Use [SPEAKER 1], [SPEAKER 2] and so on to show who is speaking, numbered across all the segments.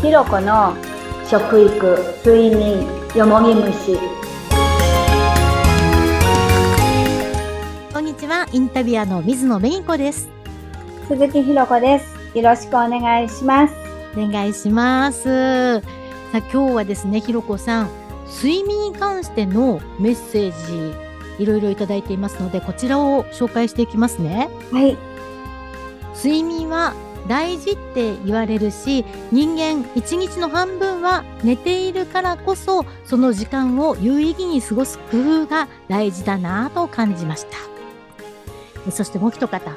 [SPEAKER 1] ひろこの食育睡眠よもぎ虫
[SPEAKER 2] こんにちは、インタビュアーの水野芽衣子です。
[SPEAKER 1] 鈴木ひろこですよろしくお願いします
[SPEAKER 2] お願いします。さあ、今日はですね、ひろこさん、睡眠に関してのメッセージ、いろいろいただいていますので、こちらを紹介していきますね。
[SPEAKER 1] はい
[SPEAKER 2] 睡眠は大事って言われるし人間一日の半分は寝ているからこそその時間を有意義に過ごす工夫が大事だなぁと感じましたそしてもう一方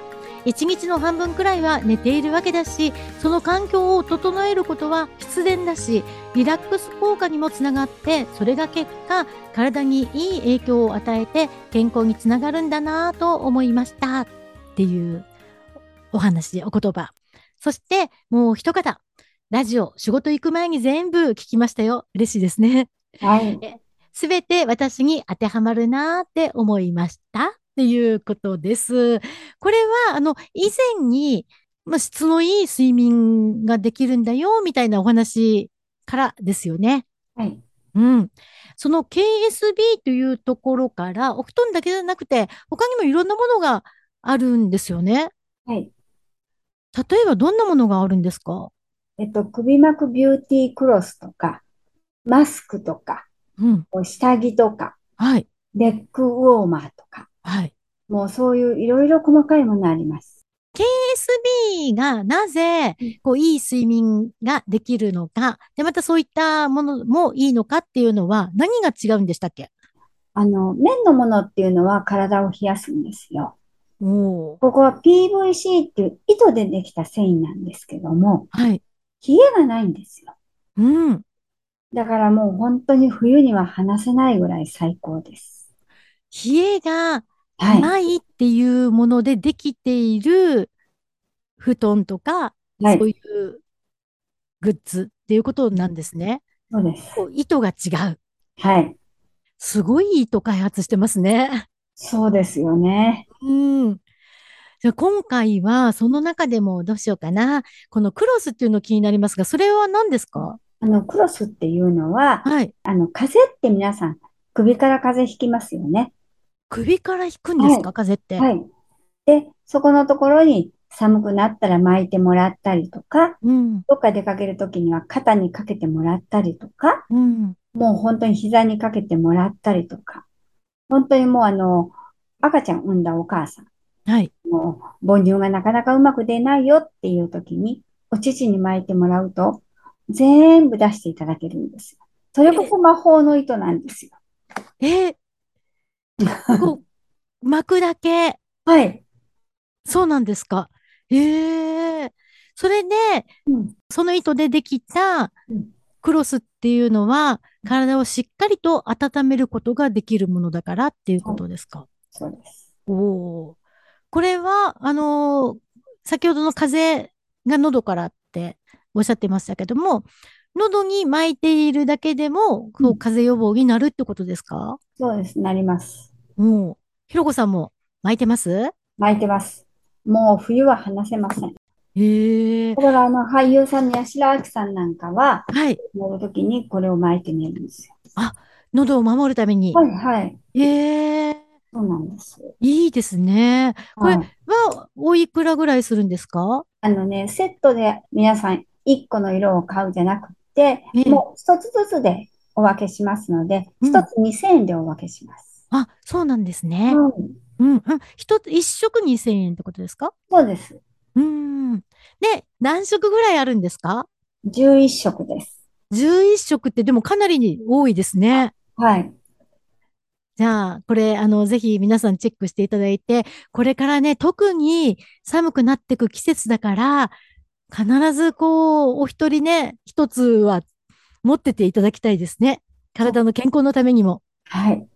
[SPEAKER 2] 一日の半分くらいは寝ているわけだしその環境を整えることは必然だしリラックス効果にもつながってそれが結果体にいい影響を与えて健康につながるんだなぁと思いましたっていうお話、お言葉。そして、もう一方。ラジオ、仕事行く前に全部聞きましたよ。嬉しいですね。
[SPEAKER 1] はい
[SPEAKER 2] すべて私に当てはまるなーって思いました。っていうことです。これは、あの、以前に、まあ、質のいい睡眠ができるんだよ、みたいなお話からですよね。
[SPEAKER 1] はい
[SPEAKER 2] うん。その KSB というところから、お布団だけじゃなくて、他にもいろんなものがあるんですよね。
[SPEAKER 1] はい
[SPEAKER 2] 例えばどんなものがあるんですか
[SPEAKER 1] えっと首膜ビューティークロスとかマスクとか
[SPEAKER 2] うん。
[SPEAKER 1] 下着とか
[SPEAKER 2] はい。
[SPEAKER 1] ネックウォーマーとか
[SPEAKER 2] はい。
[SPEAKER 1] もうそういういろいろ細かいものあります。
[SPEAKER 2] ASB がなぜ
[SPEAKER 1] うん、
[SPEAKER 2] こう、いい睡眠ができるのか、で、またそういったものもいいのかっていうのは、何が違うんでしたっけ
[SPEAKER 1] あの、綿のものっていうのは体を冷やすんですよ。
[SPEAKER 2] おー
[SPEAKER 1] ここは PVC っていう糸でできた繊維なんですけども、
[SPEAKER 2] はい。
[SPEAKER 1] 冷えがないんですよ。
[SPEAKER 2] うん。
[SPEAKER 1] だからもう本当に冬には離せないぐらい最高です。
[SPEAKER 2] 冷えが
[SPEAKER 1] はい。
[SPEAKER 2] ないっていうものでできている布団とか、
[SPEAKER 1] はい
[SPEAKER 2] そういうグッズっていうことなんですね。
[SPEAKER 1] そうです。
[SPEAKER 2] こう糸が違う。
[SPEAKER 1] はい。
[SPEAKER 2] すごい糸開発してますね。
[SPEAKER 1] そうですよね。
[SPEAKER 2] うん。じゃあ今回はその中でもどうしようかな。このクロスっていうの気になりますが、それは何ですか
[SPEAKER 1] あの、クロスっていうのは、
[SPEAKER 2] はい。
[SPEAKER 1] あの、風邪って皆さん首から風邪ひきますよね。
[SPEAKER 2] 首から引くんですか、風って。
[SPEAKER 1] はい。で、そこのところに寒くなったら巻いてもらったりとか、
[SPEAKER 2] うん。
[SPEAKER 1] どっか出かけるときには肩にかけてもらったりとか、
[SPEAKER 2] うん。
[SPEAKER 1] もう本当に膝にかけてもらったりとか、本当にもうあの、赤ちゃん産んだお母さん、
[SPEAKER 2] はい。
[SPEAKER 1] もう母乳がなかなかうまく出ないよっていうときに、お乳に巻いてもらうと、全部出していただけるんですよ。それこそ魔法の糸なんですよ。
[SPEAKER 2] えー、こう、 巻くだけ。
[SPEAKER 1] はい。
[SPEAKER 2] そうなんですか。ええそれで、
[SPEAKER 1] うん。
[SPEAKER 2] その糸でできた
[SPEAKER 1] うん
[SPEAKER 2] クロスっていうのは、体をしっかりと温めることができるものだからっていうことですか。
[SPEAKER 1] そうです。
[SPEAKER 2] おお。これは、あのー先ほどの風邪が喉からっておっしゃってましたけども、喉に巻いているだけでも、こ
[SPEAKER 1] う
[SPEAKER 2] うん風邪予防になるってことですか
[SPEAKER 1] そうです。なります。
[SPEAKER 2] もう、ひろこさんも巻いてます
[SPEAKER 1] 巻いてます。もう冬は離せません。
[SPEAKER 2] へえ。
[SPEAKER 1] だからあの俳優さんの八代亜紀さんなんかは、
[SPEAKER 2] はい。
[SPEAKER 1] 寝るときにこれを巻いて寝るんですよ。
[SPEAKER 2] 喉を守るために。
[SPEAKER 1] はいはい。
[SPEAKER 2] へえ。
[SPEAKER 1] そうなんです。
[SPEAKER 2] いいですね。これ
[SPEAKER 1] はい
[SPEAKER 2] は、おいくらぐらいするんですか
[SPEAKER 1] あのね、セットで皆さん1個の色を買うんじゃなくって、
[SPEAKER 2] ええ
[SPEAKER 1] もう一つずつでお分けしますので、
[SPEAKER 2] うん
[SPEAKER 1] 一つ2000円でお分けします。
[SPEAKER 2] あ、そうなんですね。
[SPEAKER 1] うん
[SPEAKER 2] うん、うん。一つ、一食2000円ってことですか
[SPEAKER 1] そうです。
[SPEAKER 2] うーん。で、何食ぐらいあるんですか
[SPEAKER 1] 11色です。
[SPEAKER 2] ?11 食ってでもかなりに多いですね。
[SPEAKER 1] はい。
[SPEAKER 2] じゃあ、これ、あの、ぜひ皆さんチェックしていただいて、これからね、特に寒くなってく季節だから、必ずこう、お一人ね、一つは持ってていただきたいですね。体の健康のためにも。
[SPEAKER 1] はい。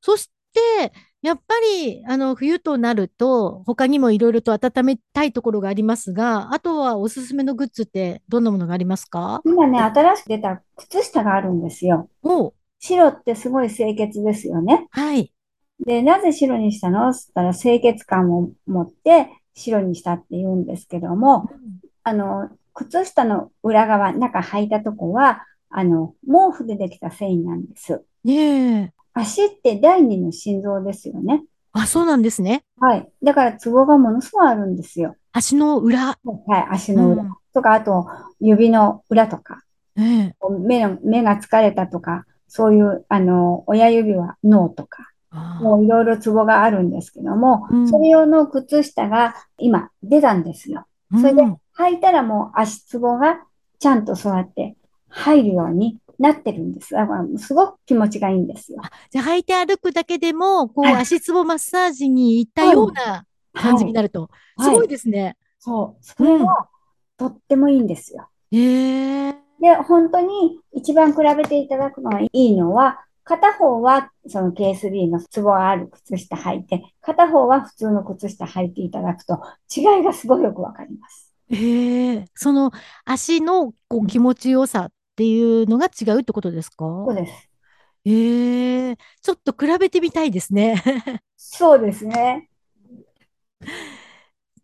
[SPEAKER 2] そして、やっぱり、あの、冬となると、他にもいろいろと温めたいところがありますが、あとはおすすめのグッズってどんなものがありますか
[SPEAKER 1] 今ね、新しく出た靴下があるんですよ。
[SPEAKER 2] おう
[SPEAKER 1] 白ってすごい清潔ですよね。
[SPEAKER 2] はい。
[SPEAKER 1] で、なぜ白にしたのつったら清潔感を持って白にしたって言うんですけども、あの、靴下の裏側、中履いたとこは、あの、毛布でできた繊維なんです。
[SPEAKER 2] ねえ。
[SPEAKER 1] 足って第二の心臓ですよね。
[SPEAKER 2] あ、そうなんですね。
[SPEAKER 1] はい。だから、ツボがものすごいあるんですよ。
[SPEAKER 2] 足の裏。
[SPEAKER 1] はい。足の
[SPEAKER 2] う
[SPEAKER 1] 裏
[SPEAKER 2] ん
[SPEAKER 1] とか、あと、指の裏とか、
[SPEAKER 2] ねえ。
[SPEAKER 1] 目の、目が疲れたとか、そういう、あの、親指は脳とか、
[SPEAKER 2] あー
[SPEAKER 1] もういろいろツボがあるんですけども
[SPEAKER 2] う、ん
[SPEAKER 1] それ用の靴下が今出たんですよ。
[SPEAKER 2] うん
[SPEAKER 1] それで履いたらもう足つぼがちゃんとそうやって入るようになってるんです。だからすごく気持ちがいいんですよ。
[SPEAKER 2] じゃあ履いて歩くだけでも、こう、
[SPEAKER 1] はい
[SPEAKER 2] 足つぼマッサージに行ったような感じ
[SPEAKER 1] は
[SPEAKER 2] に
[SPEAKER 1] い。
[SPEAKER 2] なると。
[SPEAKER 1] はい
[SPEAKER 2] すごいですね。
[SPEAKER 1] そう。それがとってもいいんですよ。
[SPEAKER 2] へえ。
[SPEAKER 1] で、本当に一番比べていただくのがいいのは、片方はその K3 のツボがある靴下履いて、片方は普通の靴下履いていただくと違いがすごいよくわかります。
[SPEAKER 2] へえ。その足のこう気持ちよさっていうのが違うってことですか
[SPEAKER 1] そうです。
[SPEAKER 2] へえ。ちょっと比べてみたいですね。
[SPEAKER 1] そうですね。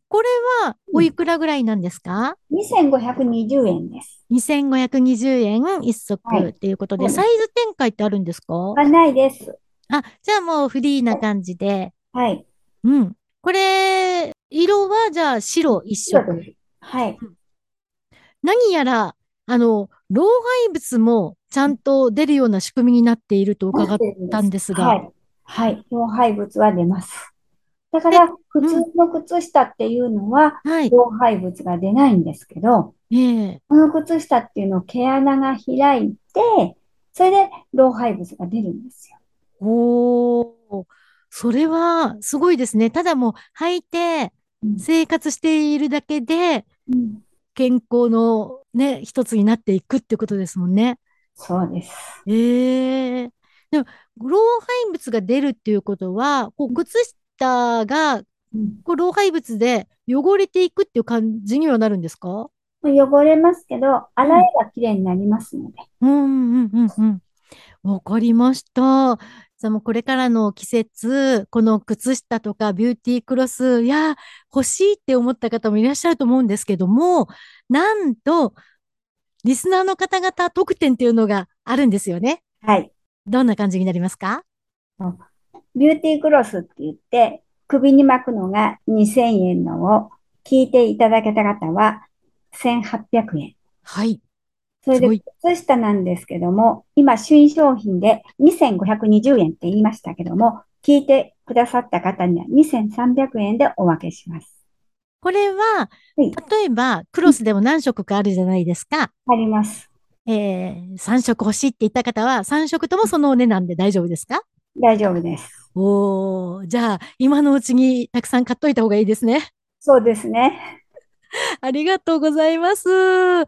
[SPEAKER 2] これはおいくらぐらいなんですか
[SPEAKER 1] 2520円です。
[SPEAKER 2] 2520円一足
[SPEAKER 1] はい
[SPEAKER 2] っていうことで、
[SPEAKER 1] そうです
[SPEAKER 2] サイズ展開ってあるんですか
[SPEAKER 1] あ、ないです。
[SPEAKER 2] あ、じゃあもうフリーな感じで。
[SPEAKER 1] はい。
[SPEAKER 2] うん。これ、色はじゃあ白一色。
[SPEAKER 1] はい。
[SPEAKER 2] 何やら、あの、老廃物もちゃんと出るような仕組みになっていると伺ったんです
[SPEAKER 1] は
[SPEAKER 2] が。
[SPEAKER 1] い。はい。老廃物は出ます。だから、普通の靴下っていうのは、
[SPEAKER 2] はい。
[SPEAKER 1] 老廃物が出ないんですけど、
[SPEAKER 2] ええ。
[SPEAKER 1] この靴下っていうのを毛穴が開いて、それで老廃物が出るんですよ。
[SPEAKER 2] おー。それはすごいですね。ただもう履いて
[SPEAKER 1] うん
[SPEAKER 2] 生活しているだけで
[SPEAKER 1] うん、
[SPEAKER 2] 健康のね、一つになっていくってことですもんね。
[SPEAKER 1] そうです。
[SPEAKER 2] ええでも、老廃物が出るっていうことは、こう靴下が
[SPEAKER 1] うん
[SPEAKER 2] こう老廃物で汚れていくっていう感じにはなるんですか
[SPEAKER 1] 汚れますけど、洗えばきれいになりますので。
[SPEAKER 2] うんうんうんうん。わかりました。さあもうこれからの季節、この靴下とかビューティークロス、いやー、欲しいって思った方もいらっしゃると思うんですけども、なんと、リスナーの方々特典っていうのがあるんですよね。
[SPEAKER 1] はい。
[SPEAKER 2] どんな感じになりますか
[SPEAKER 1] ビューティークロスって言って、首に巻くのが2000円のを聞いていただけた方は1800円。
[SPEAKER 2] はい。
[SPEAKER 1] それ
[SPEAKER 2] すご
[SPEAKER 1] で
[SPEAKER 2] い
[SPEAKER 1] 靴下なんですけども、今新商品で2520円って言いましたけども、聞いてくださった方には2300円でお分けします。
[SPEAKER 2] これは、
[SPEAKER 1] い
[SPEAKER 2] 例えば、クロスでも何色かあるじゃないですか。
[SPEAKER 1] あります。
[SPEAKER 2] えー、3色欲しいって言った方は、3色ともそのお値段で大丈夫ですか
[SPEAKER 1] 大丈夫です。
[SPEAKER 2] おー、じゃあ、今のうちにたくさん買っといた方がいいですね。
[SPEAKER 1] そうですね。
[SPEAKER 2] ありがとうございます。じゃあ、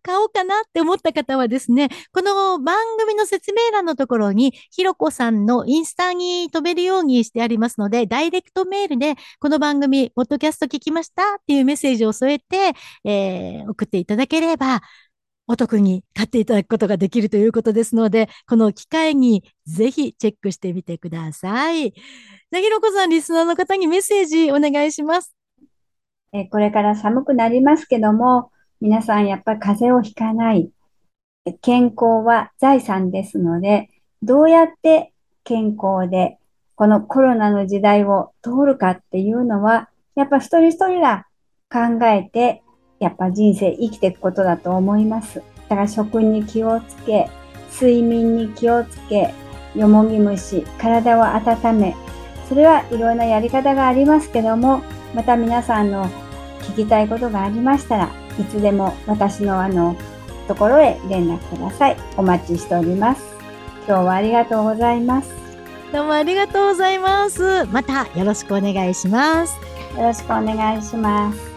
[SPEAKER 2] 買おうかなって思った方はですね、この番組の説明欄のところに、ひろこさんのインスタに飛べるようにしてありますので、ダイレクトメールで、この番組、ポッドキャスト聞きましたっていうメッセージを添えて、えー送っていただければ、お得に買っていただくことができるということですので、この機会にぜひチェックしてみてください。じゃあ、ひろこさん、リスナーの方にメッセージお願いします。
[SPEAKER 1] えーこれから寒くなりますけども、皆さんやっぱり風邪をひかない。え健康は財産ですので、どうやって健康で、このコロナの時代を通るかっていうのは、やっぱ一人一人が考えて、やっぱ人生生きていくことだと思います。だから食に気をつけ、睡眠に気をつけ、よもぎ虫、体を温め、それはいろんなやり方がありますけども、また皆さんの聞きたいことがありましたらいつでも私のあのところへ連絡くださいお待ちしております今日はありがとうございます
[SPEAKER 2] どうもありがとうございます。またよろしくお願いします。
[SPEAKER 1] よろしくお願いします